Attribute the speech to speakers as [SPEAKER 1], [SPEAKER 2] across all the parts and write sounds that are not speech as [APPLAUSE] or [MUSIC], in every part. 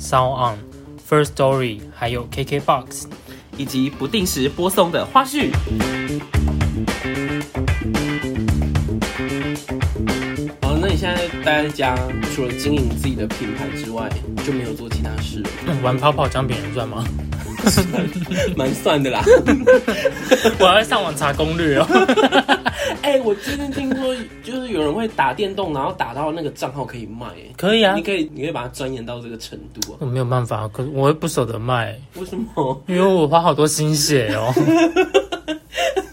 [SPEAKER 1] Sound On、First Story，还有 KKBox。
[SPEAKER 2] 以及不定时播送的花絮。好，哦那你现在待在家，除了经营自己的品牌之外，就没有做其他事了， [LAUGHS]
[SPEAKER 1] 那 [COUGHS] 玩泡泡将别人赚吗？ [LAUGHS]
[SPEAKER 2] 蛮算的啦。
[SPEAKER 1] 我要上网查攻略哦。
[SPEAKER 2] [LAUGHS]
[SPEAKER 1] [LAUGHS]
[SPEAKER 2] 哎、我最近听说，就是有人会打电动，然后打到那个账号可以卖、哎
[SPEAKER 1] 可以啊
[SPEAKER 2] 你，可以，你可以把它钻研到这个程度啊？
[SPEAKER 1] 我没有办法，可我又不舍得卖，
[SPEAKER 2] 为什么？
[SPEAKER 1] 因为我花好多心血
[SPEAKER 2] [LAUGHS]
[SPEAKER 1] 哦。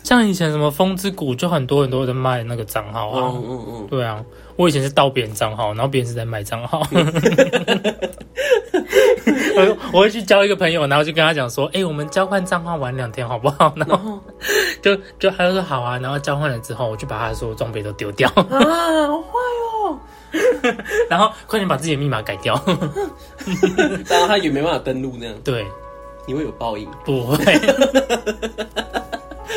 [SPEAKER 1] 像以前什么风之谷，就很多很多人在卖那个账号啊。
[SPEAKER 2] 嗯嗯嗯，
[SPEAKER 1] 对啊，我以前是盗别人账号，然后别人是在卖账号。我我会去交一个朋友，然后就跟他讲说，哎、我们交换账号玩两天好不好？然后就就他就说好啊，然后交换了之后，我就把他所有装备都丢掉， [LAUGHS]
[SPEAKER 2] 啊，好坏哦！
[SPEAKER 1] 然后快点把自己的密码改掉。 [LAUGHS]
[SPEAKER 2] 然后他也没办法登录那样，
[SPEAKER 1] 对，
[SPEAKER 2] 你会有报应。
[SPEAKER 1] 不会， [LAUGHS]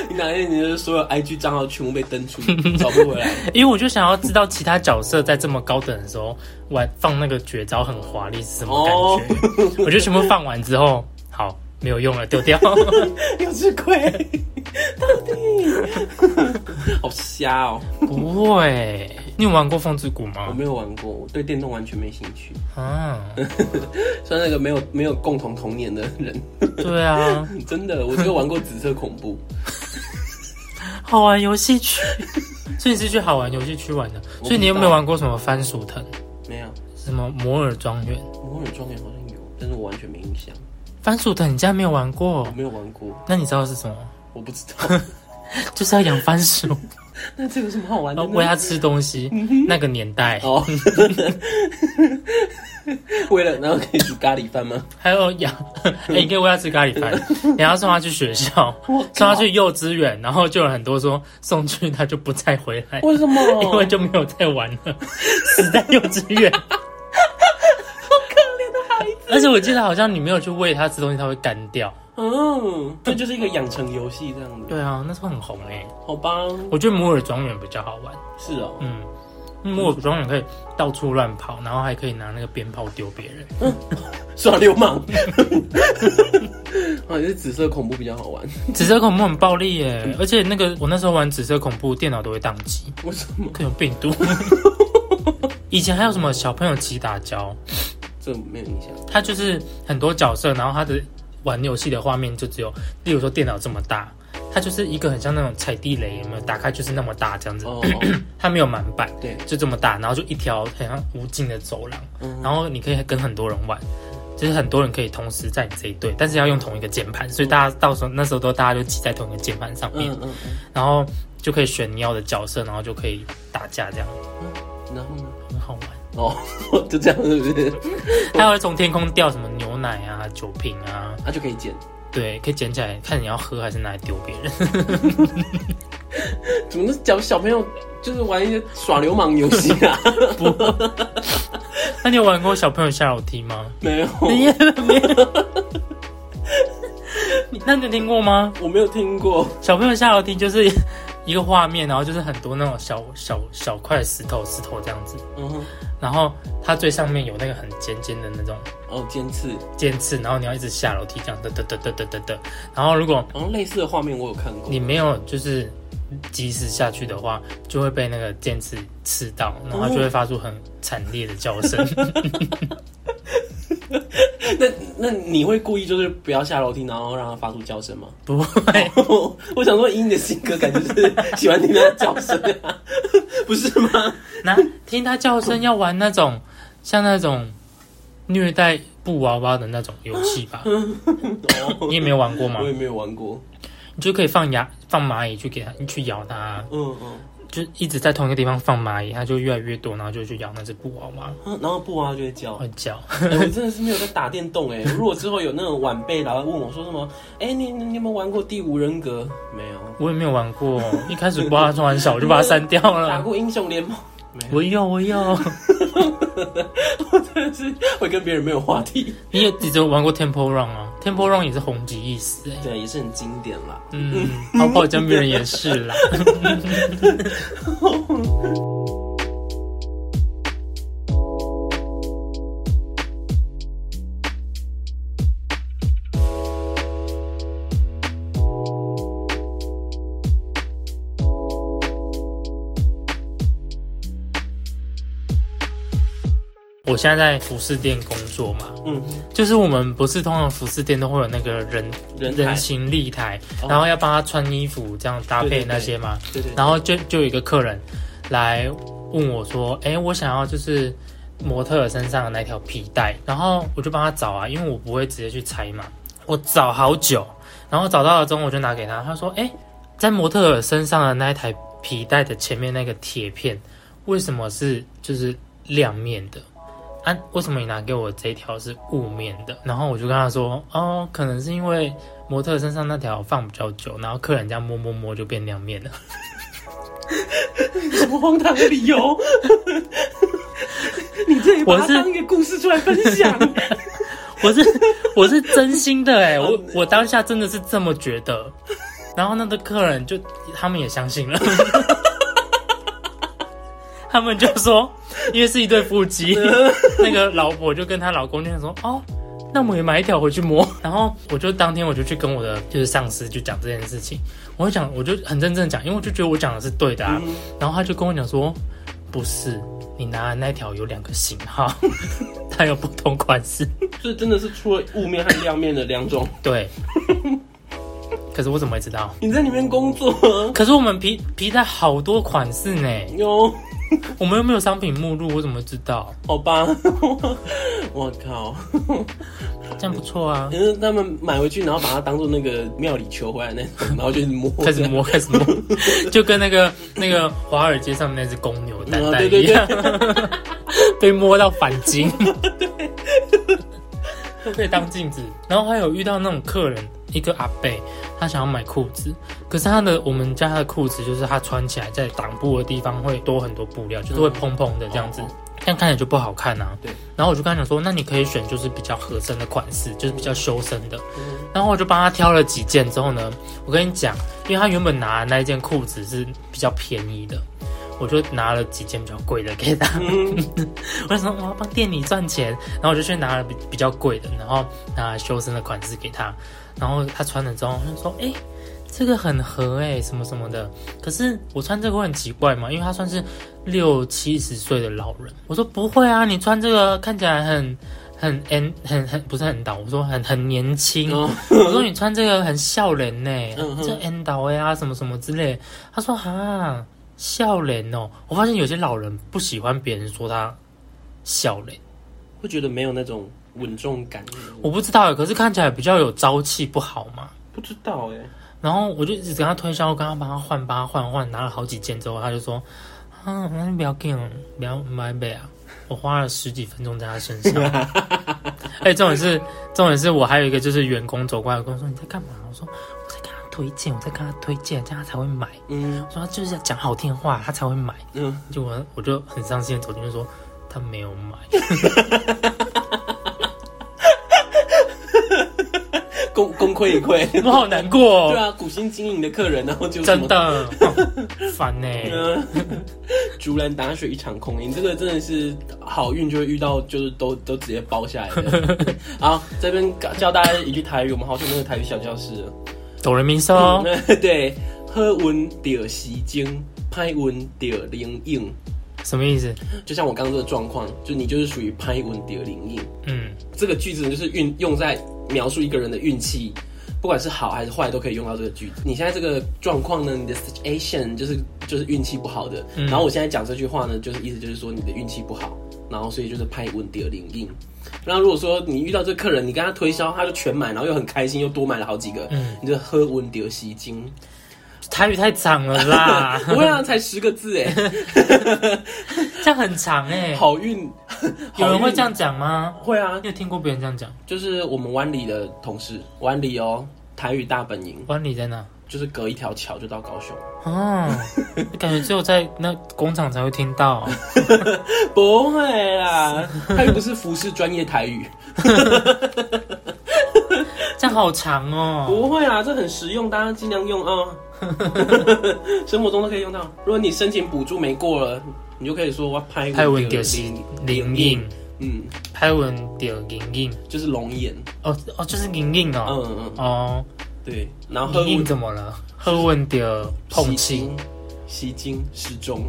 [SPEAKER 2] 你哪天你的所有 IG 账号全部被登 [LAUGHS] 出，找不回来。
[SPEAKER 1] 因为我就想要知道其他角色在这么高等的时候玩放那个绝招很华丽是什么感
[SPEAKER 2] 哦
[SPEAKER 1] 觉，我就全部放完之后，好没有用了，丢掉。
[SPEAKER 2] 有吃亏，到底好瞎哦！
[SPEAKER 1] 不会，你有玩过风之谷
[SPEAKER 2] 我
[SPEAKER 1] 吗？
[SPEAKER 2] 没有玩过，我对电动完全没兴趣，
[SPEAKER 1] 啊，
[SPEAKER 2] 算那个没有没有共同童年的人。
[SPEAKER 1] 对啊， [LAUGHS]
[SPEAKER 2] 真的，我只有玩过紫色恐怖，
[SPEAKER 1] 好玩游戏区， [LAUGHS] 所以你是去好玩游戏区玩的。所以你有没有玩过什么番薯藤、
[SPEAKER 2] 没有。
[SPEAKER 1] 什么摩尔庄园？
[SPEAKER 2] 摩尔庄园好像有，但是我完全没印象，
[SPEAKER 1] 番薯藤你竟然没有玩过
[SPEAKER 2] 我？没有玩过，
[SPEAKER 1] 那你知道是什么吗？
[SPEAKER 2] 我不知 [LAUGHS] 道。
[SPEAKER 1] 就是要养
[SPEAKER 2] [LAUGHS]
[SPEAKER 1] 番薯，
[SPEAKER 2] 那这有什么好玩的
[SPEAKER 1] 然
[SPEAKER 2] 呢？
[SPEAKER 1] 后喂它吃东西。那个年代，
[SPEAKER 2] 嗯哦，为了然后可以煮咖喱饭吗？
[SPEAKER 1] 还有养， [LAUGHS] 哎、你可以喂它吃咖喱饭，
[SPEAKER 2] [LAUGHS]
[SPEAKER 1] 然后送它去学校，送它去幼稚园，然后就有很多说送去它就不再回来，
[SPEAKER 2] 为什么？
[SPEAKER 1] 因为就没有再玩了， [LAUGHS] 死在幼稚园。而且我记得好像你没有去喂它吃东西，它会干掉。
[SPEAKER 2] 嗯，这就是一个养成游戏这样子，
[SPEAKER 1] 对啊，那时候很红哎、
[SPEAKER 2] 好吧？
[SPEAKER 1] 我觉得摩尔庄园比较好玩，
[SPEAKER 2] 是哦，
[SPEAKER 1] 嗯，因为摩尔庄园可以到处乱跑，然后还可以拿那个鞭炮丢别人。
[SPEAKER 2] 耍流氓。 [LAUGHS] 啊，你是紫色恐怖比较好玩，
[SPEAKER 1] 紫色恐怖很暴力耶、而且那个我那时候玩紫色恐怖，电脑都会宕机，
[SPEAKER 2] 为什么？
[SPEAKER 1] 可能有病 [LAUGHS] 毒。以前还有什么小朋友击打胶，
[SPEAKER 2] 这没有印象。
[SPEAKER 1] 它就是很多角色，然后它的玩游戏的画面就只有，例如说电脑这么大，它就是一个很像那种踩地雷，有没有？打开就是那么大这样子，
[SPEAKER 2] 哦，
[SPEAKER 1] 它没有满版，
[SPEAKER 2] 对
[SPEAKER 1] 就这么大，然后就一条很像无尽的走廊，然后你可以跟很多人玩。就是很多人可以同时在你这一队，但是要用同一个键盘，所以大家到时候那时候都大家就挤在同一个键盘上面，
[SPEAKER 2] 嗯嗯
[SPEAKER 1] 然后就可以选你要的角色，然后就可以打架，这样
[SPEAKER 2] 嗯，然后呢？
[SPEAKER 1] 很好玩。
[SPEAKER 2] 哦， [LAUGHS] 就这样是不是？
[SPEAKER 1] 还有从天空掉什么牛奶啊、酒瓶啊，
[SPEAKER 2] 那、就可以剪，
[SPEAKER 1] 对，可以捡起来看你要喝还是拿来丢别人。 [LAUGHS]
[SPEAKER 2] 怎么那小小朋友就是玩一些耍流氓游戏 [LAUGHS] 啊？
[SPEAKER 1] 那你有玩过小朋友下楼梯吗？
[SPEAKER 2] 没有，
[SPEAKER 1] 你也没有。 [LAUGHS] 你那你有听过吗？
[SPEAKER 2] 我没有听过。
[SPEAKER 1] 小朋友下楼梯就是一个画面，然后就是很多那种小小小块石头石头这样子，
[SPEAKER 2] 嗯哼，
[SPEAKER 1] 然后它最上面有那个很尖尖的那种
[SPEAKER 2] 哦，尖刺，
[SPEAKER 1] 尖刺，然后你要一直下楼梯这样得得得得得得得，然后如果
[SPEAKER 2] 好像类似的画面我有看过。
[SPEAKER 1] 你没有就是及时下去的话，就会被那个剑刺刺到，然后它就会发出很惨烈的叫声。
[SPEAKER 2] 那那你会故意就是不要下楼梯，然后让它发出叫声吗？
[SPEAKER 1] [LAUGHS] 不会，
[SPEAKER 2] [LAUGHS] 我想说，以你的性格，感觉是喜欢听到叫声啊， [LAUGHS] 不是吗？
[SPEAKER 1] 那听它叫声要玩那种像那种虐待布娃娃的那种游戏吧？你也没有玩过吗
[SPEAKER 2] 我？也没有玩过。
[SPEAKER 1] 你就可以放牙放蚂蚁去给它去咬它，啊
[SPEAKER 2] 嗯嗯，
[SPEAKER 1] 就一直在同一个地方放蚂蚁，它就越来越多，然后就去咬那只布偶嘛，
[SPEAKER 2] 嗯然后布娃娃就会叫。
[SPEAKER 1] 会叫。 [LAUGHS]
[SPEAKER 2] 哎我真的是没有在打电动哎、如果之后有那种晚辈来问我说什么，哎、你你你有没有玩过《第五人格》？没有。
[SPEAKER 1] 我也没有玩过，一开始不知道它是玩小，我就把它删掉
[SPEAKER 2] 打
[SPEAKER 1] 了。
[SPEAKER 2] [LAUGHS] 过英雄联盟？没有。
[SPEAKER 1] 我有，我有，
[SPEAKER 2] 我真的是会跟别人没有话题。
[SPEAKER 1] 你也只有玩过 Temple Run 啊，Temple Run 也是红极一时哎、
[SPEAKER 2] 对，也是很经典啦。
[SPEAKER 1] 嗯，跑跑江别人也是啦。我现在在服饰店工作嘛，
[SPEAKER 2] 嗯，
[SPEAKER 1] 就是我们不是通常服饰店都会有那个人
[SPEAKER 2] 人海
[SPEAKER 1] 人形立台，
[SPEAKER 2] 哦
[SPEAKER 1] 然后要帮他穿衣服这样搭
[SPEAKER 2] 对对
[SPEAKER 1] 配
[SPEAKER 2] 对
[SPEAKER 1] 那些嘛。
[SPEAKER 2] 对对对
[SPEAKER 1] 然后就就有一个客人来问我说：“哎、我想要就是模特儿身上的那条皮带。”然后我就帮他找啊，因为我不会直接去拆嘛，我找好久，然后找到了之后我就拿给他，他说：“哎、在模特儿身上的那一台皮带的前面那个铁片，为什么是就是亮面的？”啊，为什么你拿给我这一条是雾面的？然后我就跟他说，哦，可能是因为模特儿身上那条放比较久，然后客人这样摸摸摸就变亮面了。
[SPEAKER 2] 什么荒唐的理由？ [LAUGHS] 你这也把它
[SPEAKER 1] 我是
[SPEAKER 2] 当一个故事出来分享？
[SPEAKER 1] 我是我是真心的哎、我
[SPEAKER 2] 哦
[SPEAKER 1] 我当下真的是这么觉得。然后那个客人就他们也相信了， [LAUGHS] 他们就说，因为是一对夫妻，那个老婆就跟她老公就说，哦，那我也买一条回去摸。然后我就当天我就去跟我的就是上司就讲这件事情，我就讲我就很认真地讲，因为我就觉得我讲的是对的啊。
[SPEAKER 2] 嗯
[SPEAKER 1] 然后他就跟我讲说，不是，你拿的那条有两个型号， [LAUGHS] 它有不同款式。
[SPEAKER 2] 所以真的是 [LAUGHS] 出了雾面和亮面的两种。
[SPEAKER 1] 对。 [LAUGHS] 可是我怎么会知道？
[SPEAKER 2] 你在里面工作
[SPEAKER 1] 可是我们皮皮带好多款式呢，
[SPEAKER 2] 哟？
[SPEAKER 1] 我们又没有商品目录，我怎么知道？
[SPEAKER 2] 好吧， [LAUGHS] 我靠！
[SPEAKER 1] 这样不错啊，
[SPEAKER 2] 因为他们买回去，然后把它当做那个庙里求回来那种，然后就摸。
[SPEAKER 1] 开始摸，开始摸，就跟那个那个华尔街上面那只公牛蛋
[SPEAKER 2] 嗯啊
[SPEAKER 1] 蛋
[SPEAKER 2] 对对
[SPEAKER 1] 一样， [LAUGHS] 被摸到反筋， [LAUGHS] 对，可以当镜子。然后还有遇到那种客人，一个阿贝，他想要买裤子，可是他的我们家的裤子就是他穿起来在挡布的地方会多很多布料，就是会蓬蓬的这样子。这样看起来就不好看啊。
[SPEAKER 2] 嗯哦对。
[SPEAKER 1] 然后我就跟他讲说，那你可以选就是比较合身的款式，就是比较修身的。然后我就帮他挑了几件之后呢，我跟你讲，因为他原本拿的那一件裤子是比较便宜的，我就拿了几件比较贵的给他。
[SPEAKER 2] 嗯，
[SPEAKER 1] [LAUGHS] 我就说我要帮店里赚钱，然后我就去拿了比比较贵的，然后拿修身的款式给他，然后他穿了之后，他就说：“哎、这个很合哎、什么什么的。”可是我穿这个会很奇怪嘛，因为他算是六七十岁的老人。我说：“不会啊，你穿这个看起来很很很很很不是很老，我说很很年轻。
[SPEAKER 2] 哦
[SPEAKER 1] 我说：“你穿这个很笑人呢、
[SPEAKER 2] 嗯哼
[SPEAKER 1] 这 N 导呀什么什么之类。”他说：“哈。”笑脸哦，我发现有些老人不喜欢别人说他笑脸，
[SPEAKER 2] 会觉得没有那种稳重感。
[SPEAKER 1] 我不知道耶，欸可是看起来比较有朝气，不好嘛。
[SPEAKER 2] 不知道哎、
[SPEAKER 1] 然后我就一直跟他推销，跟他帮他换，帮他换换，拿了好几件之后，他就说：“啊，那你不要给，不要买呗啊！”我花了十几分钟在他身 [LAUGHS] 上。哎，重点是，重点是我还有一个就是员工走过来跟我说：“你在干嘛？”我说：“我在跟他推荐，我在跟他推荐，这样他才会买。”
[SPEAKER 2] 嗯
[SPEAKER 1] 我说：“他就是要讲好听话，他才会买。”
[SPEAKER 2] 嗯，
[SPEAKER 1] 就我我就很伤心的走进去说他没有 [LAUGHS] 买，
[SPEAKER 2] [LAUGHS] 功功亏一篑。
[SPEAKER 1] 我好难过、
[SPEAKER 2] 对
[SPEAKER 1] 哦，
[SPEAKER 2] 啊，古心经营的客人，然后就什么
[SPEAKER 1] [LAUGHS] 真的烦欸呢、 [LAUGHS]
[SPEAKER 2] 嗯， [LAUGHS] 竹篮打水一场空，你这个真的是好运就会遇到，就是都都直接包下来的。好，这边教教大家一句台语，我们好久没有台语小教室了。
[SPEAKER 1] 懂人民说，
[SPEAKER 2] [LAUGHS]
[SPEAKER 1] [LAUGHS]
[SPEAKER 2] 对，喝温得吸精，拍温得灵应。
[SPEAKER 1] 什么意思？
[SPEAKER 2] 就像我刚刚这个状况，就你就是属于拍温得灵应。
[SPEAKER 1] 嗯，
[SPEAKER 2] 这个句子就是运用在描述一个人的运气，不管是好还是坏，都可以用到这个句子。你现在这个状况呢，你的 situation 就是就是运气不好的。
[SPEAKER 1] 嗯
[SPEAKER 2] 然后我现在讲这句话呢，就是意思就是说你的运气不好，然后所以就是拍稳第二零印。那如果说你遇到这个客人，你跟他推销，他就全买，然后又很开心，又多买了好几个，
[SPEAKER 1] 嗯 [LAUGHS]
[SPEAKER 2] 你就喝温德西金。，
[SPEAKER 1] 台语太长了啦
[SPEAKER 2] [LAUGHS] 不会啊，才十个字哎，
[SPEAKER 1] 这样很长哎、
[SPEAKER 2] 好运，好运
[SPEAKER 1] 有人会这样讲吗？
[SPEAKER 2] 会啊
[SPEAKER 1] 你，有听过别人这样讲？
[SPEAKER 2] 就是我们湾里的同事，湾里哦，台语大本营，
[SPEAKER 1] 湾里在哪？
[SPEAKER 2] 就是隔一条桥就到高雄，
[SPEAKER 1] 哦，感觉只有在那工厂才会听到、
[SPEAKER 2] 不会啦，他又不是服饰专业台语，
[SPEAKER 1] 这样好
[SPEAKER 2] [LAUGHS]
[SPEAKER 1] 长哦。
[SPEAKER 2] 不会啊，这很实用，大家尽量用 [LAUGHS] 啊，生活中都可以用到。如果你申请补助没过了，你就可以说我拍
[SPEAKER 1] 拍文点是灵印，，
[SPEAKER 2] 嗯，
[SPEAKER 1] 拍文点灵印。
[SPEAKER 2] 就是龙眼，
[SPEAKER 1] 哦哦，就是灵印哦。
[SPEAKER 2] 嗯嗯，
[SPEAKER 1] 哦，
[SPEAKER 2] 对，然后喝
[SPEAKER 1] 灵印怎么了？喝问点碰气，，
[SPEAKER 2] 吸精失中，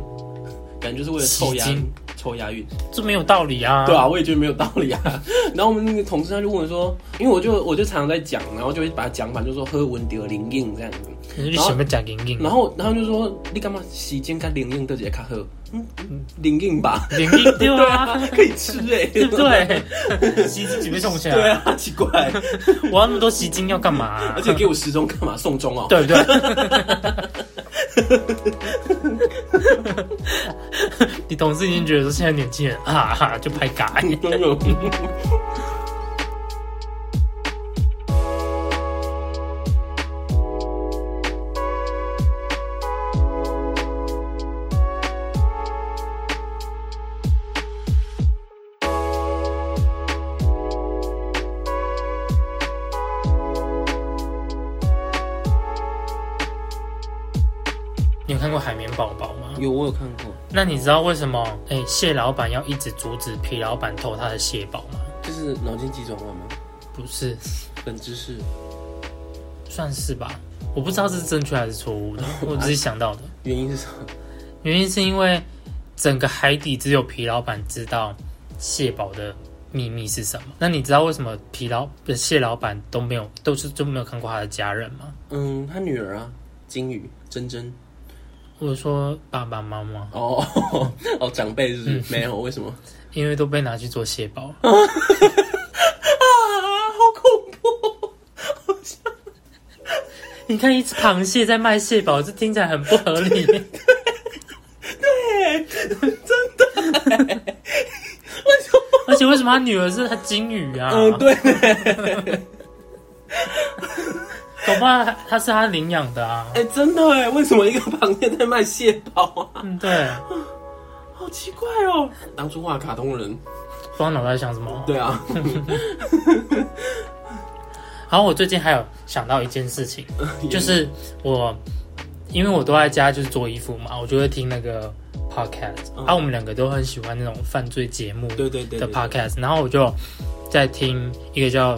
[SPEAKER 2] 感觉就是为了凑押
[SPEAKER 1] 吸精
[SPEAKER 2] 凑押韵。
[SPEAKER 1] 这没有道理啊。
[SPEAKER 2] 对啊，我也觉得没有道理啊。 [LAUGHS] 然后我们那个同事他就问我说，因为我就我就常常在讲，然后就会把它讲反，就说喝文德灵印这样子。
[SPEAKER 1] 你是想要讲灵印？
[SPEAKER 2] 然后然后就说你干嘛洗间跟灵印都直接卡喝？嗯，嗯灵印吧，
[SPEAKER 1] 灵印
[SPEAKER 2] [LAUGHS]
[SPEAKER 1] 对啊，
[SPEAKER 2] 可以吃哎、
[SPEAKER 1] 对啊不？对？ [LAUGHS] 洗精准备送下
[SPEAKER 2] [LAUGHS] 对
[SPEAKER 1] 来，
[SPEAKER 2] 啊，奇怪，
[SPEAKER 1] 我要那么多洗精要干嘛啊？
[SPEAKER 2] [LAUGHS] 而且给我时钟干嘛？送钟哦。 [LAUGHS]
[SPEAKER 1] 对不对？ [LAUGHS] 你同事已经觉得说现在年轻人啊哈就拍嘎，
[SPEAKER 2] 真的。
[SPEAKER 1] 你有看过海绵宝宝吗？
[SPEAKER 2] 有我有看过，
[SPEAKER 1] 那你知道为什么哎、蟹老板要一直阻止皮老板偷他的蟹堡吗？
[SPEAKER 2] 就是脑筋急转弯吗？
[SPEAKER 1] 不是，
[SPEAKER 2] 冷知识，
[SPEAKER 1] 算是吧。我不知道这是正确还是错 [LAUGHS] 误的，我只是想到的。
[SPEAKER 2] 原因是什么？
[SPEAKER 1] 原因是因为整个海底只有皮老板知道蟹堡的秘密是什么。那你知道为什么皮老不是蟹老板都没有都是都没有看过他的家人吗？
[SPEAKER 2] 嗯，他女儿啊，金鱼珍珍。
[SPEAKER 1] 我说爸爸妈妈，
[SPEAKER 2] 哦 [LAUGHS] 哦，长辈是不
[SPEAKER 1] 嗯
[SPEAKER 2] 是？没有，为什么？
[SPEAKER 1] 因为都被拿去做蟹堡，
[SPEAKER 2] 啊，好恐怖！
[SPEAKER 1] 你看一只螃蟹在卖蟹堡，这听起来很不合理。
[SPEAKER 2] [LAUGHS] 为什么？
[SPEAKER 1] [LAUGHS] 而且为什么他女儿是他金鱼啊？
[SPEAKER 2] 嗯，对，
[SPEAKER 1] 搞不好他他是他领养的啊。
[SPEAKER 2] 哎，真的哎，为什么一个螃蟹在卖蟹堡啊？
[SPEAKER 1] 嗯，对，
[SPEAKER 2] 好奇怪哦！当初画卡通人，
[SPEAKER 1] 不知道脑袋想什么。
[SPEAKER 2] 对啊，
[SPEAKER 1] 然后我最近还有想到一件事情，就是我因为我都在家就是做衣服嘛，我就会听那个 podcast，
[SPEAKER 2] 嗯
[SPEAKER 1] 啊，我们两个都很喜欢那种犯罪节目
[SPEAKER 2] 对对对
[SPEAKER 1] 的
[SPEAKER 2] 对
[SPEAKER 1] podcast，然后我就在听一个叫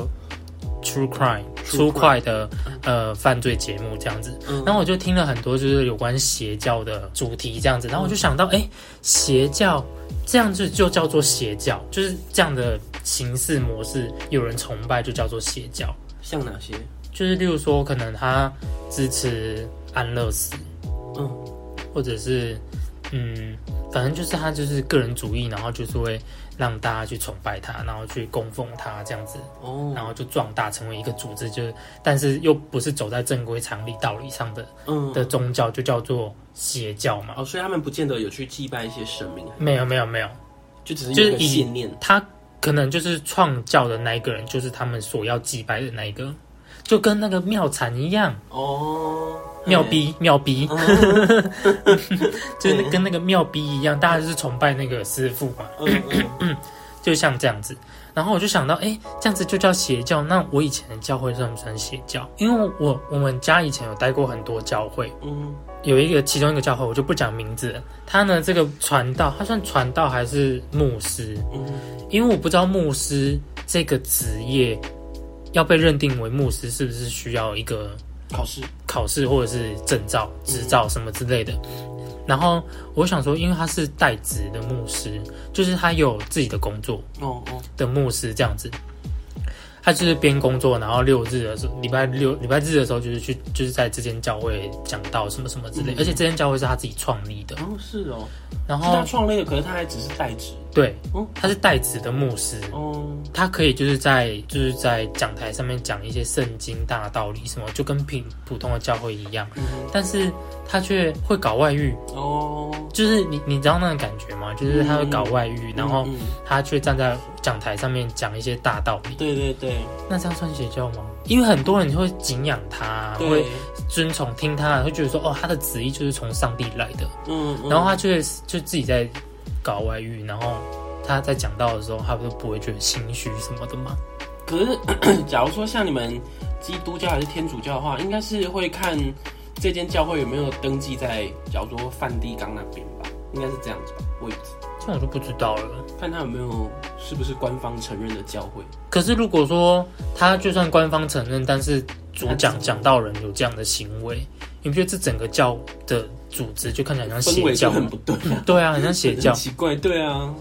[SPEAKER 1] True Crime 出
[SPEAKER 2] True Crime
[SPEAKER 1] 快的呃犯罪节目这样子，
[SPEAKER 2] 嗯
[SPEAKER 1] 然后我就听了很多就是有关邪教的主题这样子，然后我就想到，哎、邪教这样子就叫做邪教，就是这样的形式模式，有人崇拜就叫做邪教。
[SPEAKER 2] 像哪些？
[SPEAKER 1] 就是例如说，可能他支持安乐死，
[SPEAKER 2] 嗯，
[SPEAKER 1] 或者是嗯，反正就是他就是个人主义，然后就是会让大家去崇拜他，然后去供奉他这样子，然
[SPEAKER 2] 哦，
[SPEAKER 1] 后就壮大成为一个组织，就是但是又不是走在正规常理道理上的
[SPEAKER 2] 嗯，
[SPEAKER 1] 的宗教，就叫做邪教嘛。
[SPEAKER 2] 哦，所以他们不见得有去祭拜一些神明，
[SPEAKER 1] 没有没有没有，
[SPEAKER 2] 就只是
[SPEAKER 1] 就
[SPEAKER 2] 有
[SPEAKER 1] 是
[SPEAKER 2] 一个
[SPEAKER 1] 以
[SPEAKER 2] 信念。
[SPEAKER 1] 他可能就是创教的那一个人，就是他们所要祭拜的那一个，就跟那个妙禅一样，
[SPEAKER 2] 哦，
[SPEAKER 1] 妙逼妙逼，
[SPEAKER 2] 嗯。
[SPEAKER 1] [LAUGHS] 就是跟那个妙逼一样，大家就是崇拜那个师傅嘛，
[SPEAKER 2] 嗯嗯，
[SPEAKER 1] 就像这样子。然后我就想到，哎、这样子就叫邪教。那我以前的教会算不算邪教？因为我我们家以前有待过很多教会，
[SPEAKER 2] 嗯，
[SPEAKER 1] 有一个其中一个教会，我就不讲名字了。他呢，这个传道，他算传道还是牧师？
[SPEAKER 2] 嗯
[SPEAKER 1] 因为我不知道牧师这个职业要被认定为牧师，是不是需要一个
[SPEAKER 2] 考试，
[SPEAKER 1] 考试或者是证照、执照
[SPEAKER 2] 嗯
[SPEAKER 1] 什么之类的。然后我想说，因为他是代职的牧师，就是他有自己的工作
[SPEAKER 2] 哦哦，
[SPEAKER 1] 的牧师这样子。他就是边工作，然后六日的时候，礼拜六、礼拜日的时候，就是去，就是在这间教会讲道什么什么之类。
[SPEAKER 2] 嗯
[SPEAKER 1] 而且这间教会是他自己创立的，
[SPEAKER 2] 哦是哦，
[SPEAKER 1] 然
[SPEAKER 2] 是他
[SPEAKER 1] 后
[SPEAKER 2] 创立的，可是他还只是代职，
[SPEAKER 1] 对
[SPEAKER 2] 哦，
[SPEAKER 1] 他是代子的牧师，
[SPEAKER 2] 哦，
[SPEAKER 1] 他可以就是在就是在讲台上面讲一些圣经大道理什么，就跟平普通的教会一样，
[SPEAKER 2] 嗯
[SPEAKER 1] 但是他却会搞外遇，
[SPEAKER 2] 哦，
[SPEAKER 1] 就是你你知道那种感觉吗？就是他会搞外遇，然后
[SPEAKER 2] 嗯
[SPEAKER 1] 他却站在讲台上面讲一些大道理
[SPEAKER 2] 嗯，对对对
[SPEAKER 1] 那这样算邪教吗？因为很多人会敬仰他，
[SPEAKER 2] 对
[SPEAKER 1] 会，遵从听他的，会觉得说哦，他的旨意就是从上帝来的，
[SPEAKER 2] 嗯，嗯
[SPEAKER 1] 然后他却就自己在搞外遇，然后他在讲到的时候，他不是不会觉得心虚什么的吗？
[SPEAKER 2] 可是 [COUGHS] 假如说像你们基督教还是天主教的话，应该是会看这间教会有没有登记在，假如说梵蒂冈那边吧，应该是这样子吧，位置，
[SPEAKER 1] 这样我就不知道了。
[SPEAKER 2] 看他有没有是不是官方承认的教会。
[SPEAKER 1] 可是如果说他就算官方承认，但是主讲讲道人有这样的行为，你不觉得这整个教的组织就看起来很像
[SPEAKER 2] 氛围
[SPEAKER 1] 邪
[SPEAKER 2] 就
[SPEAKER 1] 教
[SPEAKER 2] 很
[SPEAKER 1] 吗？
[SPEAKER 2] 不对啊，
[SPEAKER 1] 对啊，很像邪教
[SPEAKER 2] 很。奇怪，对啊，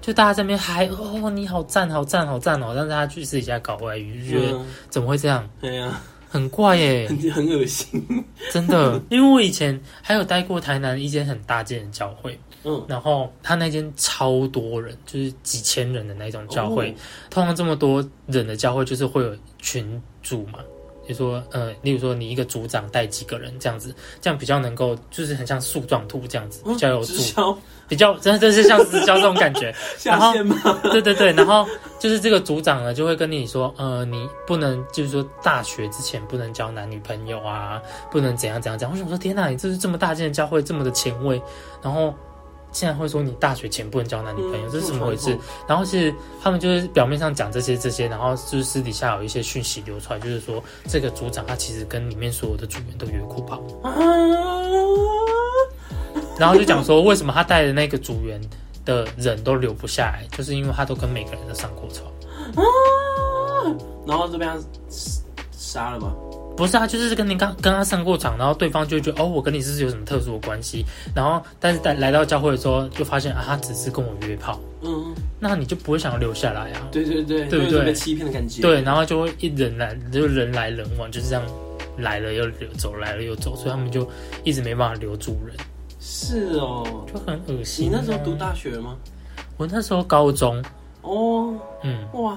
[SPEAKER 1] 就大家在那边嗨哦，你好赞，好赞，好赞哦！但是他去私底下搞外遇，就觉得
[SPEAKER 2] 嗯，
[SPEAKER 1] 怎么会这样？
[SPEAKER 2] 对啊，
[SPEAKER 1] 很怪耶，
[SPEAKER 2] 很很恶心，
[SPEAKER 1] 真的。因为我以前还有待过台南一间很大间的教会，
[SPEAKER 2] 嗯，
[SPEAKER 1] 然后他那间超多人，就是几千人的那种教会。
[SPEAKER 2] 哦
[SPEAKER 1] 通常这么多人的教会，就是会有群主嘛。就说，呃，例如说你一个组长带几个人这样子，这样比较能够，就是很像树状图这样子，比较有
[SPEAKER 2] 嗯
[SPEAKER 1] 组
[SPEAKER 2] 直，销
[SPEAKER 1] 比较真的真是像直销这种感觉。
[SPEAKER 2] 下
[SPEAKER 1] 然后
[SPEAKER 2] 线吗？
[SPEAKER 1] 对对对，然后就是这个组长啊呢，就会跟你说，呃，你不能就是说大学之前不能交男女朋友啊，不能怎样怎样怎样。我想说，天哪，你这是这么大件的教会，这么的前卫，然后现在会说你大学前不能交男女朋友，
[SPEAKER 2] 嗯
[SPEAKER 1] 这是怎么回
[SPEAKER 2] 这
[SPEAKER 1] 事
[SPEAKER 2] 么？
[SPEAKER 1] 然后是他们就是表面上讲这些这些，然后就是私底下有一些讯息流出来，就是说这个组长他其实跟里面所有的组员都约过炮，
[SPEAKER 2] 啊，
[SPEAKER 1] 然后就讲说为什么他带的那个组员的人都留不下来，就是因为他都跟每个人都上过床。
[SPEAKER 2] 啊然后这边杀了吗？
[SPEAKER 1] 不是啊，就是跟你刚跟他上过场，然后对方就会觉得哦，我跟你是不是有什么特殊的关系？然后但是在来到教会的时候，就发现啊，他只是跟我约炮，
[SPEAKER 2] 嗯，
[SPEAKER 1] 那你就不会想要留下来啊。
[SPEAKER 2] 对对对，
[SPEAKER 1] 对不对
[SPEAKER 2] 有种被欺骗的感觉，
[SPEAKER 1] 对，然后就会一人来就人来人往，就是这样来了又留走，来了又走，所以他们就一直没办法留住人，
[SPEAKER 2] 是哦。
[SPEAKER 1] 就很恶心、啊
[SPEAKER 2] 你那时候读？大学吗？
[SPEAKER 1] 我那时候高中，
[SPEAKER 2] 哦，
[SPEAKER 1] 嗯，
[SPEAKER 2] 哇，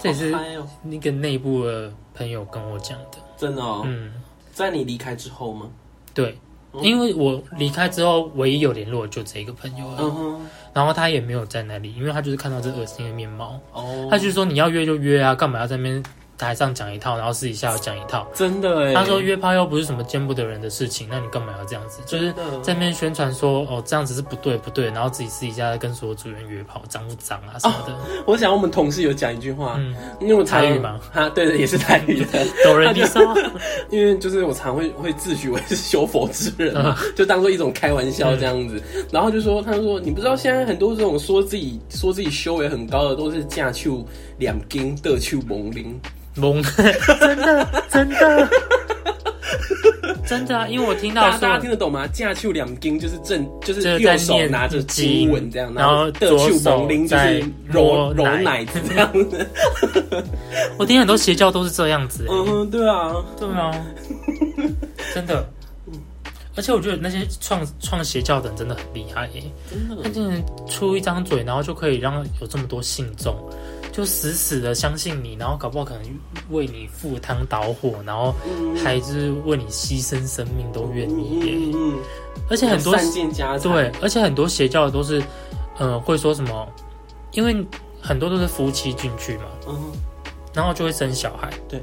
[SPEAKER 1] 这也是
[SPEAKER 2] 好嗨哦，
[SPEAKER 1] 那个内部的朋友跟我讲的，
[SPEAKER 2] 真的哦。
[SPEAKER 1] 嗯，
[SPEAKER 2] 在你离开之后吗？
[SPEAKER 1] 对，
[SPEAKER 2] 嗯
[SPEAKER 1] 因为我离开之后，唯一有联络的就这一个朋友而已。
[SPEAKER 2] 嗯哼，
[SPEAKER 1] 然后他也没有在那里，因为他就是看到这恶心的面貌，
[SPEAKER 2] 哦，
[SPEAKER 1] 他就说你要约就约啊，干嘛要在那边台上讲一套，然后私底下要讲一套？
[SPEAKER 2] 真的哎，
[SPEAKER 1] 他说约炮又不是什么见不得人的事情，那你干嘛要这样子？就是
[SPEAKER 2] 真的
[SPEAKER 1] 在那边宣传说哦这样子是不对不对，然后自己私底下跟所有组员约炮，脏不脏啊什么的，
[SPEAKER 2] 我想我们同事有讲一句话，
[SPEAKER 1] 嗯，
[SPEAKER 2] 因为我常
[SPEAKER 1] 台语吗？嗯
[SPEAKER 2] 啊，对的，也是台语的。
[SPEAKER 1] 抖人地
[SPEAKER 2] [LAUGHS]
[SPEAKER 1] 骚，
[SPEAKER 2] 因为就是我常会会自诩为是修佛之人嘛，
[SPEAKER 1] 嗯
[SPEAKER 2] 就当做一种开玩笑这样子。然后就说，他就说，你不知道现在很多这种说自己说自己修为很高的，都是嫁去两斤的去蒙林。
[SPEAKER 1] 懵，真的
[SPEAKER 2] [LAUGHS]
[SPEAKER 1] 真的真的啊，因为我听
[SPEAKER 2] 大
[SPEAKER 1] 到
[SPEAKER 2] 家
[SPEAKER 1] 说
[SPEAKER 2] 大家听得懂吗？架丘两斤就是正就是
[SPEAKER 1] 就是
[SPEAKER 2] 右
[SPEAKER 1] 在
[SPEAKER 2] 手
[SPEAKER 1] 念
[SPEAKER 2] 拿着
[SPEAKER 1] 经
[SPEAKER 2] 经文这样，
[SPEAKER 1] 然后
[SPEAKER 2] 的
[SPEAKER 1] 左
[SPEAKER 2] 丘
[SPEAKER 1] 手
[SPEAKER 2] 蒙林就
[SPEAKER 1] 在
[SPEAKER 2] 是揉
[SPEAKER 1] 摸
[SPEAKER 2] 揉
[SPEAKER 1] 奶
[SPEAKER 2] 奶子这样子。
[SPEAKER 1] 我听很多邪教都是这样子、欸。
[SPEAKER 2] 嗯哼，对啊，
[SPEAKER 1] 对啊，
[SPEAKER 2] [LAUGHS]
[SPEAKER 1] 真的。而且我觉得那些创创邪教的人真的很厉害耶，
[SPEAKER 2] 真
[SPEAKER 1] 他
[SPEAKER 2] 的
[SPEAKER 1] 竟然出一张嘴，然后就可以让有这么多信众，就死死的相信你，然后搞不好可能为你赴汤蹈火，然后还就是为你牺牲生命都愿意耶。
[SPEAKER 2] 嗯嗯，
[SPEAKER 1] 而且很多
[SPEAKER 2] 散尽家财，
[SPEAKER 1] 对，而且很多邪教的都是，呃，会说什么，因为很多都是夫妻进去嘛，
[SPEAKER 2] 嗯哼，
[SPEAKER 1] 然后就会生小孩，
[SPEAKER 2] 对，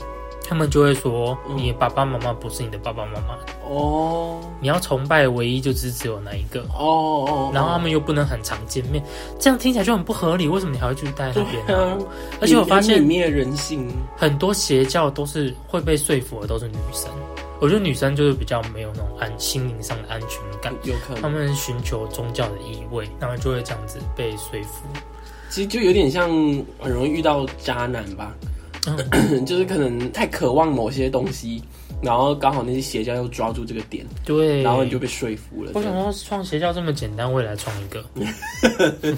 [SPEAKER 1] 他们就会说
[SPEAKER 2] 嗯
[SPEAKER 1] 你爸爸妈妈不是你的爸爸妈妈，
[SPEAKER 2] 哦
[SPEAKER 1] 你要崇拜唯一就只只有那一个，
[SPEAKER 2] 哦哦，
[SPEAKER 1] 然后他们又不能很常见面，这样听起来就很不合理。为什么你还会继续待在
[SPEAKER 2] 对
[SPEAKER 1] 那边呢、
[SPEAKER 2] 啊，
[SPEAKER 1] 而且我发现
[SPEAKER 2] 泯灭人性。
[SPEAKER 1] 很多邪教都是会被说服的，都是女生。我觉得女生就是比较没有那种安心灵上的安全感，
[SPEAKER 2] 有可
[SPEAKER 1] 他
[SPEAKER 2] 能，
[SPEAKER 1] 们寻求宗教的意味，然后就会这样子被说服。
[SPEAKER 2] 其实就有点像很容易遇到渣男吧，
[SPEAKER 1] 嗯，
[SPEAKER 2] [CLEARS THROAT] 就是可能太渴望某些东西，然后刚好那些邪教又抓住这个点，
[SPEAKER 1] 对。
[SPEAKER 2] 然后你就被说服了。
[SPEAKER 1] 我想说，创邪教这么简单，我也来创一个。 [LAUGHS]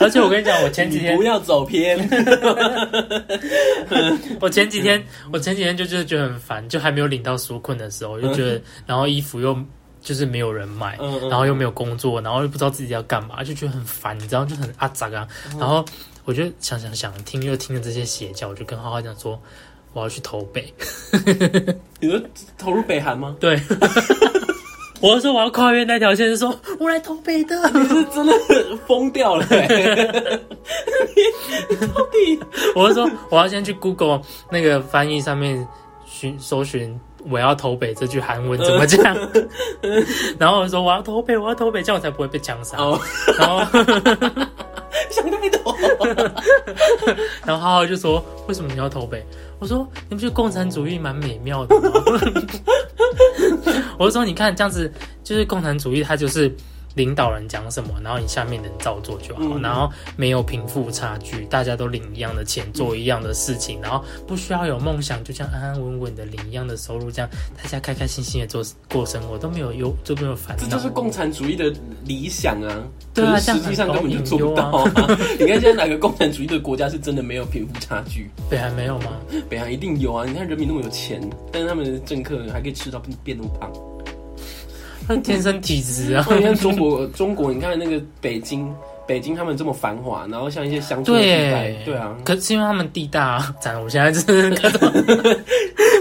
[SPEAKER 1] 而且我跟你讲，我前几天
[SPEAKER 2] 你不要走偏，
[SPEAKER 1] 我前几天，我前几天就就是觉得很烦，就还没有领到纾困的时候，我就觉得，然后衣服又就是没有人买，
[SPEAKER 2] 嗯嗯
[SPEAKER 1] 然后又没有工作，然后又不知道自己要干嘛，就觉得很烦，你知道，就很阿杂啊。
[SPEAKER 2] 嗯
[SPEAKER 1] 然后我就想想想听，又听了这些邪教，我就跟浩浩讲说。我要去投北， [LAUGHS]
[SPEAKER 2] 你说投入北韩吗？
[SPEAKER 1] 对，我就说我要跨越那条线，就说我来投北的，
[SPEAKER 2] 是真的疯掉 [LAUGHS] 了、欸，你到底
[SPEAKER 1] [LAUGHS] 我是说，我要先去 Google 那个翻译上面寻搜寻“我要投北”这句韩文怎么讲，然后我说我要投北，我要投北，这样我才不会被枪杀。
[SPEAKER 2] 哦，
[SPEAKER 1] 然后，
[SPEAKER 2] 想太多。
[SPEAKER 1] 然后浩浩就说：“为什么你要投北？”我说：“你不觉得共产主义蛮美妙的吗？” [LAUGHS] 我就说：“你看这样子，就是共产主义，它就是。”领导人讲什么，然后你下面的人照做就好，
[SPEAKER 2] 嗯
[SPEAKER 1] 然后没有贫富差距，大家都领一样的钱，做一样的事情，然后不需要有梦想，就这样安安稳稳的领一样的收入，这样大家开开心心的做过生活，都没有忧，都没有烦
[SPEAKER 2] 这
[SPEAKER 1] 恼
[SPEAKER 2] 就。是共产主义的理想啊，
[SPEAKER 1] 对啊
[SPEAKER 2] 可是实际上根本就做不到啊！ [LAUGHS] 你看现在哪个共产主义的国家是真的没有贫富差距？
[SPEAKER 1] 北韩没有吗？
[SPEAKER 2] 北韩一定有啊！你看人民那么有钱，但是他们的政客还可以吃到变那么胖。
[SPEAKER 1] 他天生体质啊。
[SPEAKER 2] 那你看中国，中国你看那个北京，北京他们这么繁华，然后像一些乡村的地带
[SPEAKER 1] 对，，
[SPEAKER 2] 对啊，
[SPEAKER 1] 可是因为他们地大、啊，咱我现在就是 [LAUGHS] 各种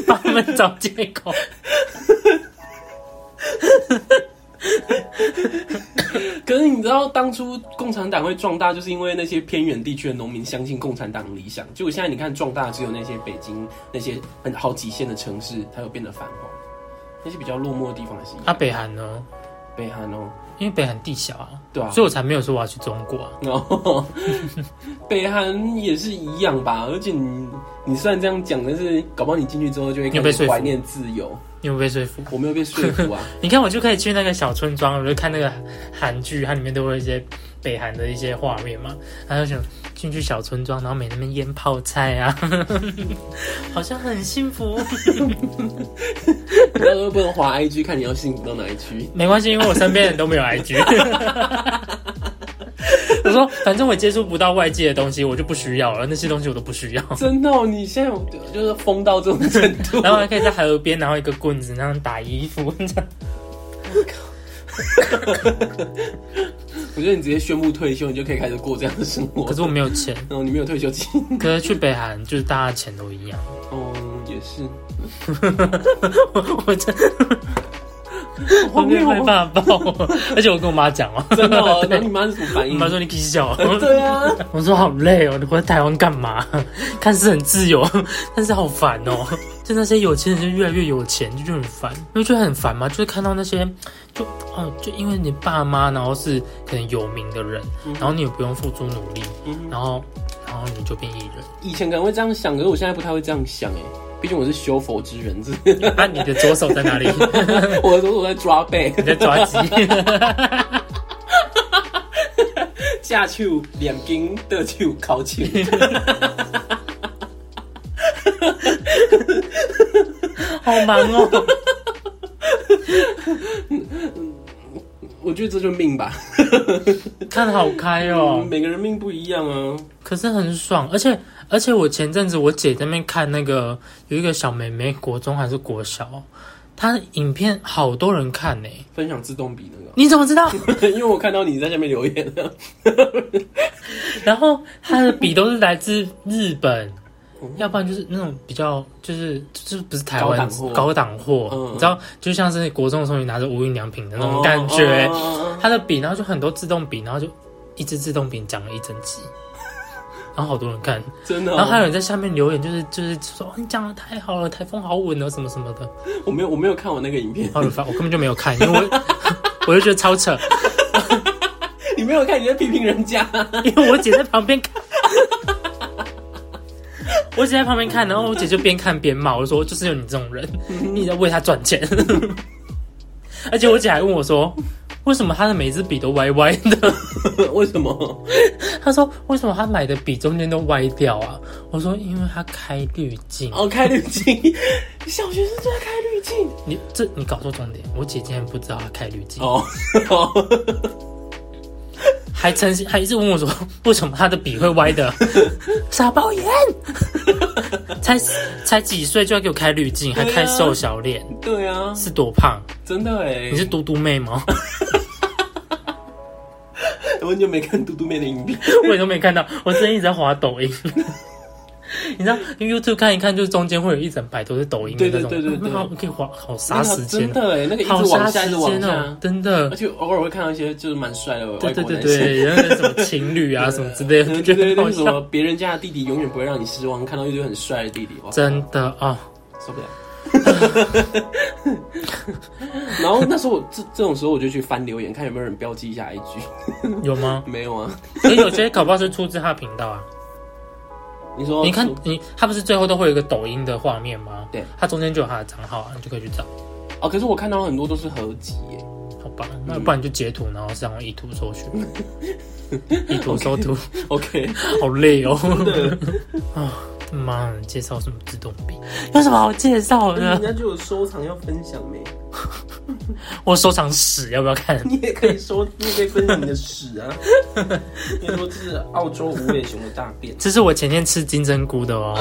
[SPEAKER 1] 帮他们找借口。
[SPEAKER 2] 可是你知道当初共产党会壮大，就是因为那些偏远地区的农民相信共产党的理想。结果现在你看壮大，只有那些北京那些很好几线的城市才有变得繁华，那些比较落寞的地方还是一样
[SPEAKER 1] 啊，北韩呢？
[SPEAKER 2] 北韩哦，
[SPEAKER 1] 因为北韩地小啊，
[SPEAKER 2] 对啊
[SPEAKER 1] 所以，我才没有说我要去中国啊。
[SPEAKER 2] 然后北韩也是一样吧。而且你你虽然这样讲，但是搞不好你进去之后就会
[SPEAKER 1] 你有被
[SPEAKER 2] 开
[SPEAKER 1] 说
[SPEAKER 2] 始
[SPEAKER 1] 服
[SPEAKER 2] 怀念自由。
[SPEAKER 1] 你有没有被说服？
[SPEAKER 2] 我没有被说服啊，
[SPEAKER 1] [LAUGHS] 你看，我就可以去那个小村庄，我就看那个韩剧，它里面都会有一些北韩的一些画面嘛。然后就想进去小村庄，然后每那边腌泡菜啊， [LAUGHS] 好像很幸福。
[SPEAKER 2] 那都不能滑 IG 看你要幸福到哪里去。
[SPEAKER 1] 没关系，因为我身边人都没有 [LAUGHS] IG。我说，反正我接触不到外界的东西，我就不需要了，那些东西我都不需 [LAUGHS] 要。
[SPEAKER 2] 真的、哦，你现在有就是疯到这种程度，
[SPEAKER 1] 然后还可以在河边拿一个棍子那样打衣服，这样
[SPEAKER 2] 我觉得你直接宣布退休，你就可以开始过这样的生活。
[SPEAKER 1] 可是我没有钱，
[SPEAKER 2] 然后你没有退休金，
[SPEAKER 1] 可是去北韩就是大家钱都一样。
[SPEAKER 2] 哦，也是，
[SPEAKER 1] [LAUGHS] 我真
[SPEAKER 2] 荒
[SPEAKER 1] 的
[SPEAKER 2] 谬
[SPEAKER 1] 会怕爆，而且我跟我妈讲 [LAUGHS] 哦，
[SPEAKER 2] [LAUGHS] 真的、哦。然后你妈是什么反
[SPEAKER 1] 我
[SPEAKER 2] 应？
[SPEAKER 1] 妈说你可以 [LAUGHS] 笑。
[SPEAKER 2] [LAUGHS] 对啊，
[SPEAKER 1] 我说好累哦，你回台湾干嘛？ [LAUGHS] 看似很自由， [LAUGHS] 但是好烦哦。 [LAUGHS] 就那些有钱人就越来越有钱，就觉得很烦，因为觉得很烦嘛，就是看到那些就哦，就因为你爸妈然后是可能有名的人，然后你也不用付出努力，然后然后你就变艺人。 [LAUGHS]
[SPEAKER 2] 以前可能会这样想，可是我现在不太会这样想哎。毕竟我是修佛之人，
[SPEAKER 1] [LAUGHS]
[SPEAKER 2] 这
[SPEAKER 1] 那、啊你的左手在哪里？ [LAUGHS]
[SPEAKER 2] 我的左手在抓背，
[SPEAKER 1] 你在抓鸡。
[SPEAKER 2] 架手、两筋、的手、烤
[SPEAKER 1] [LAUGHS]
[SPEAKER 2] 手。
[SPEAKER 1] [LAUGHS] 好忙哦。
[SPEAKER 2] 我觉得这就是命吧，
[SPEAKER 1] [LAUGHS] 看得好开哦
[SPEAKER 2] 嗯，，每个人命不一样啊。
[SPEAKER 1] 可是很爽，而且而且我前阵子我姐在那边看那个有一个小妹妹，国中还是国小，她的影片好多人看呢、
[SPEAKER 2] 分享自动笔那
[SPEAKER 1] 你怎么
[SPEAKER 2] [LAUGHS]
[SPEAKER 1] 知道？
[SPEAKER 2] 个，因为我看到你在下面留言了。
[SPEAKER 1] 然后她的笔都是来自日本，要不然就是那种比较就是就是不是台
[SPEAKER 2] 哦
[SPEAKER 1] 湾
[SPEAKER 2] 高档货
[SPEAKER 1] 高档货，
[SPEAKER 2] 嗯
[SPEAKER 1] 你知道，就像是国中的时候你拿着无印良品的那种感觉，
[SPEAKER 2] 哦
[SPEAKER 1] 她的笔，然后就很多自动笔，然后就一支自动笔讲了一整集，然后好多人看。
[SPEAKER 2] 真的哦、
[SPEAKER 1] 然后还有人在下面留言，就是就是说哦你讲的太好了，台风好稳哦，什么什么的。
[SPEAKER 2] 我没有我没有看我那个影片， [LAUGHS]
[SPEAKER 1] 好了，反我根本就没有看，因为我 [LAUGHS] 我就觉得超扯，
[SPEAKER 2] 你没有看你在批评人家。
[SPEAKER 1] 因为我姐在旁边看。我姐在旁边看，然后我姐就边看边骂，我说就是有你这种人，你在为他赚钱。 [LAUGHS] 而且我姐还问我说，为什么她的每支笔都歪歪的？
[SPEAKER 2] [LAUGHS]
[SPEAKER 1] [LAUGHS]
[SPEAKER 2] 为什么？
[SPEAKER 1] 她说为什么她买的笔中间都歪掉啊？我说因为她开滤镜。
[SPEAKER 2] 哦，开滤镜， [LAUGHS] 小学生就在开滤镜
[SPEAKER 1] 你这你搞错重点，我姐竟然不知道她开滤镜。 [LAUGHS]
[SPEAKER 2] 哦。哦，
[SPEAKER 1] 还 [LAUGHS] 曾还一直问我说，为什么他的笔会歪的？傻包眼， [LAUGHS] 才才几岁就要给我开滤
[SPEAKER 2] 啊
[SPEAKER 1] 镜，还开瘦小脸，
[SPEAKER 2] 对啊，
[SPEAKER 1] 是多胖？
[SPEAKER 2] 真的哎
[SPEAKER 1] 你，是嘟嘟妹吗？ [LAUGHS]
[SPEAKER 2] 我很久没看嘟嘟妹的影片，
[SPEAKER 1] 我也都没看到，我最近一直在滑抖音。 [LAUGHS] 你知道 YouTube 看一看，就是中间会有一整排都是抖音的那种，
[SPEAKER 2] 对对对对对
[SPEAKER 1] [LAUGHS] 好可以滑，好杀时间哦
[SPEAKER 2] 真，的哎，那个一
[SPEAKER 1] 好
[SPEAKER 2] 直
[SPEAKER 1] 杀
[SPEAKER 2] 往下，一
[SPEAKER 1] 时
[SPEAKER 2] 直往
[SPEAKER 1] 间
[SPEAKER 2] 下
[SPEAKER 1] 哦，，真的
[SPEAKER 2] 而。且偶尔会看到一些就是蛮帅的
[SPEAKER 1] 对
[SPEAKER 2] 外国
[SPEAKER 1] 对对
[SPEAKER 2] 男生。
[SPEAKER 1] 对，然后什么情侣
[SPEAKER 2] [LAUGHS]
[SPEAKER 1] 啊什么之类的，我
[SPEAKER 2] 对
[SPEAKER 1] 觉
[SPEAKER 2] 对对，
[SPEAKER 1] 得很
[SPEAKER 2] 那
[SPEAKER 1] 好
[SPEAKER 2] 是什
[SPEAKER 1] 笑，
[SPEAKER 2] 么别人家的弟弟永远不会让你失望，看到一堆很帅的弟弟，哇，
[SPEAKER 1] 真的啊、
[SPEAKER 2] 受不了。 [LAUGHS] 然后那时候我这这种时候我就去翻留言，看有没有人标记一下 IG，
[SPEAKER 1] 哦有吗？ [LAUGHS]
[SPEAKER 2] 没有啊？
[SPEAKER 1] 所以有些搞不好是出自他的频道啊。
[SPEAKER 2] 你说
[SPEAKER 1] 你看你，他不是最后都会有一个抖音的画面吗？
[SPEAKER 2] 对，
[SPEAKER 1] 他中间就有他的账号啊，你就可以去找，
[SPEAKER 2] 哦，可是我看到很多都是合集耶，
[SPEAKER 1] 好吧？那不然你就截图，然后上以图搜寻，以图搜图， [LAUGHS]
[SPEAKER 2] OK，
[SPEAKER 1] 好累哦。啊，妈的，介绍什么自动笔？嗯有什么好介绍的？
[SPEAKER 2] 家就有收藏要分享没？
[SPEAKER 1] 我收藏史要不要看？
[SPEAKER 2] [LAUGHS] 你也可以收，你也可以分享你的屎 [LAUGHS] 啊。你说这是澳洲无尾熊的大便。
[SPEAKER 1] 这是我前天吃金针菇的哦，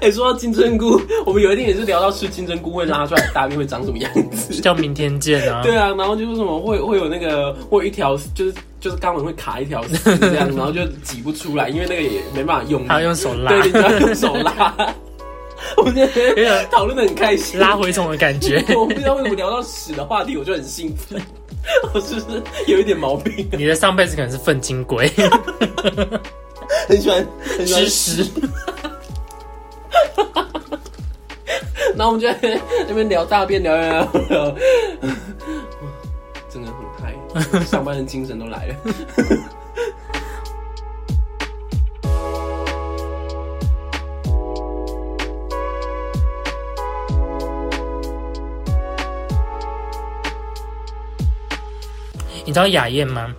[SPEAKER 2] 哎、说到金针菇，我们有一天也是聊到吃金针菇会拉出来的大便会长什么样 [LAUGHS] 子。
[SPEAKER 1] 叫明天见啊。
[SPEAKER 2] 对啊，然后就是什么会会有那个会有一条就是就是肛门会卡一条丝这 [LAUGHS] 样，然后就挤不出来，因为那个也没办法用力，
[SPEAKER 1] 还要用手拉，
[SPEAKER 2] 对，你只要用手 [LAUGHS] 拉。我们今天
[SPEAKER 1] 有
[SPEAKER 2] 讨论的很开心，。
[SPEAKER 1] [LAUGHS] 拉蛔虫的感觉
[SPEAKER 2] 我不知道为什么聊到屎的话题，我就很兴奋。我是不是有一点毛病？啊
[SPEAKER 1] 你的上辈子可能是粪金龟，
[SPEAKER 2] 很喜欢，很喜欢
[SPEAKER 1] [LAUGHS] 吃。屎。
[SPEAKER 2] 然后我们就在那边聊大便，聊聊聊聊， [LAUGHS] 真的很嗨，
[SPEAKER 1] [LAUGHS]
[SPEAKER 2] 上班的精神都来了。
[SPEAKER 1] 你知道雅燕吗？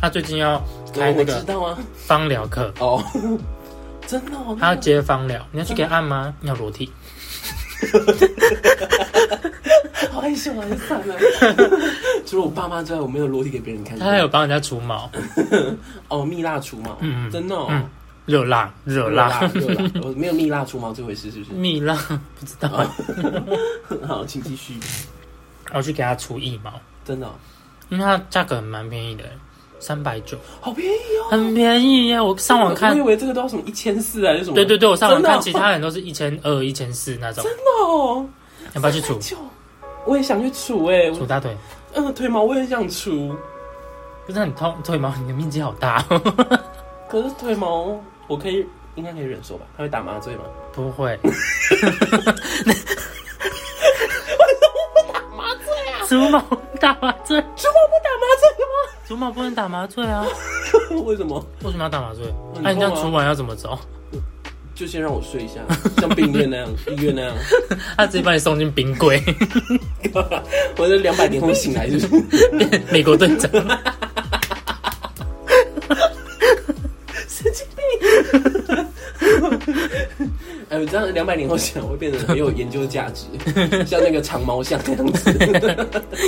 [SPEAKER 1] 她最近要开那
[SPEAKER 2] 我知
[SPEAKER 1] 个
[SPEAKER 2] 道啊，
[SPEAKER 1] 芳疗课，
[SPEAKER 2] 哦，真的哦，
[SPEAKER 1] 她要接芳疗，你要去给她按吗？你要裸体，
[SPEAKER 2] 好害羞啊，算
[SPEAKER 1] [LAUGHS]
[SPEAKER 2] 了。除了我爸妈之外，我没有裸体给别人看。
[SPEAKER 1] 她还有帮人家除毛，
[SPEAKER 2] 哦，蜜蜡除毛，
[SPEAKER 1] 嗯嗯
[SPEAKER 2] 真的、哦，
[SPEAKER 1] 嗯热辣热
[SPEAKER 2] 有
[SPEAKER 1] 辣
[SPEAKER 2] 有
[SPEAKER 1] [LAUGHS]
[SPEAKER 2] 啦，我没有蜜蜡除毛这回事，是不是？
[SPEAKER 1] 蜜蜡，不知道。嗯
[SPEAKER 2] 好，请继续。
[SPEAKER 1] 然后去给她除腋毛，
[SPEAKER 2] 真的哦、
[SPEAKER 1] 因为它价格蛮便宜的，三百九，
[SPEAKER 2] 好便宜哦。
[SPEAKER 1] 很便宜耶！我上网看
[SPEAKER 2] 我以，为这个都要什么一千四啊还是什么？
[SPEAKER 1] 对对对，我上网看，其
[SPEAKER 2] 真的
[SPEAKER 1] 他人都是一千二、一千四那种，
[SPEAKER 2] 哦，
[SPEAKER 1] 要不要去除？
[SPEAKER 2] 就我也想去除哎、
[SPEAKER 1] 除
[SPEAKER 2] 我
[SPEAKER 1] 大腿，
[SPEAKER 2] 嗯、腿毛我也想除，
[SPEAKER 1] 不是很痛？腿毛，你的面积好大， [LAUGHS]
[SPEAKER 2] 可是腿毛我可以应该可以忍受吧？他会打麻醉吗？ [LAUGHS]
[SPEAKER 1] 不会。
[SPEAKER 2] 啊
[SPEAKER 1] 竹毛打麻醉，
[SPEAKER 2] 除毛不打麻
[SPEAKER 1] 竹毛不能打麻醉啊！
[SPEAKER 2] 醉吗？ [LAUGHS] 为什么？
[SPEAKER 1] 为什么要打麻醉？
[SPEAKER 2] 很
[SPEAKER 1] 那、你这样
[SPEAKER 2] 痛啊
[SPEAKER 1] 除完要怎么走？ [LAUGHS]
[SPEAKER 2] 就先让我睡一下，像病院那样，医院那样。 [LAUGHS]
[SPEAKER 1] 他直接把你送进冰柜， [LAUGHS]
[SPEAKER 2] 我这两百年后醒来就是 [LAUGHS]
[SPEAKER 1] 变美国队长。 [LAUGHS]
[SPEAKER 2] 神经病。哎，我这样两百年后醒来会变得很有研究价值， [LAUGHS] 像那个长毛象那样子。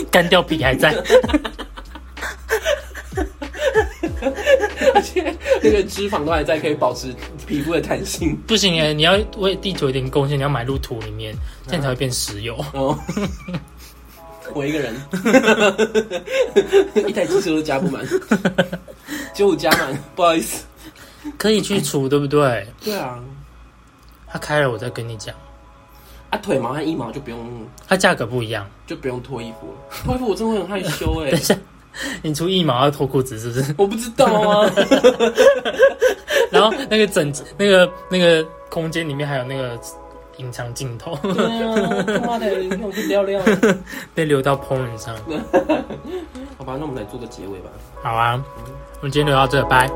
[SPEAKER 2] [LAUGHS]
[SPEAKER 1] 干掉皮还在，
[SPEAKER 2] 而且那个脂肪都还在，可以保持皮肤的弹性。
[SPEAKER 1] 不行哎！你要为地球有点贡献，你要埋入土里面，这样才会变石油。
[SPEAKER 2] 然后哦 [LAUGHS] 我一个人， [LAUGHS] 一台机车都加不满， [LAUGHS] 只有我加满，不好意思。
[SPEAKER 1] 可以去除，对不对？
[SPEAKER 2] 对啊，
[SPEAKER 1] 他开了，我再跟你讲，
[SPEAKER 2] 啊腿毛和腋毛就不用
[SPEAKER 1] 它价格不一样。
[SPEAKER 2] 就不用脱衣服了，脱衣服我真的会很害羞哎、
[SPEAKER 1] 等一下，你除一毛要脱裤子是不是？ [LAUGHS]
[SPEAKER 2] 我不知道啊，
[SPEAKER 1] 然后那个整那个那个空间里面还有那个隐藏镜头 [LAUGHS]
[SPEAKER 2] 对啊，他妈的，你我去撩撩。
[SPEAKER 1] 被留到 porn 上。
[SPEAKER 2] 好吧，那我们来做个结尾吧。
[SPEAKER 1] 好啊，我们今天聊到这，拜。